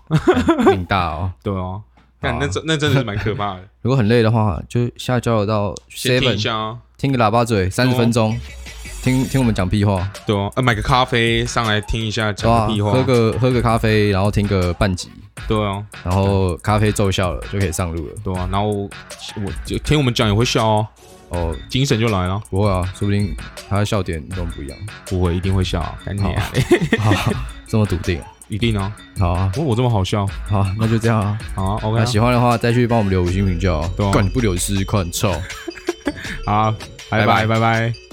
Speaker 2: 命大哦。
Speaker 1: 对哦，干、
Speaker 2: 好啊
Speaker 1: 那真那真的是蛮可怕 的。
Speaker 2: 如果很累的话，就下交流到
Speaker 1: 先听一
Speaker 2: Seven，
Speaker 1: 下哦啊，
Speaker 2: 听个喇叭嘴，三十分钟，听听我们讲屁话，
Speaker 1: 对哦，呃买个咖啡上来听一下讲个屁
Speaker 2: 对吧
Speaker 1: 话，
Speaker 2: 喝个喝个咖啡，然后听个半集，
Speaker 1: 对哦，
Speaker 2: 然后咖啡奏效了就可以上路了。
Speaker 1: 对啊，然后我就听我们讲也会笑哦。
Speaker 2: 哦，
Speaker 1: 精神就来了。
Speaker 2: 不会啊，说不定他的笑点跟我们 不一样。
Speaker 1: 不会，一定会笑，赶紧、 啊，
Speaker 2: 好，这么笃定啊，
Speaker 1: 一定啊！
Speaker 2: 好啊，
Speaker 1: 我我这么好笑，
Speaker 2: 好啊，那就这样啊。
Speaker 1: 好啊，OK
Speaker 2: 那
Speaker 1: 啊
Speaker 2: 喜欢的话，再去帮我们留五星评价哦
Speaker 1: 对啊。
Speaker 2: 干你不留试试看，操！
Speaker 1: 好啊，拜拜
Speaker 2: 拜
Speaker 1: 拜拜。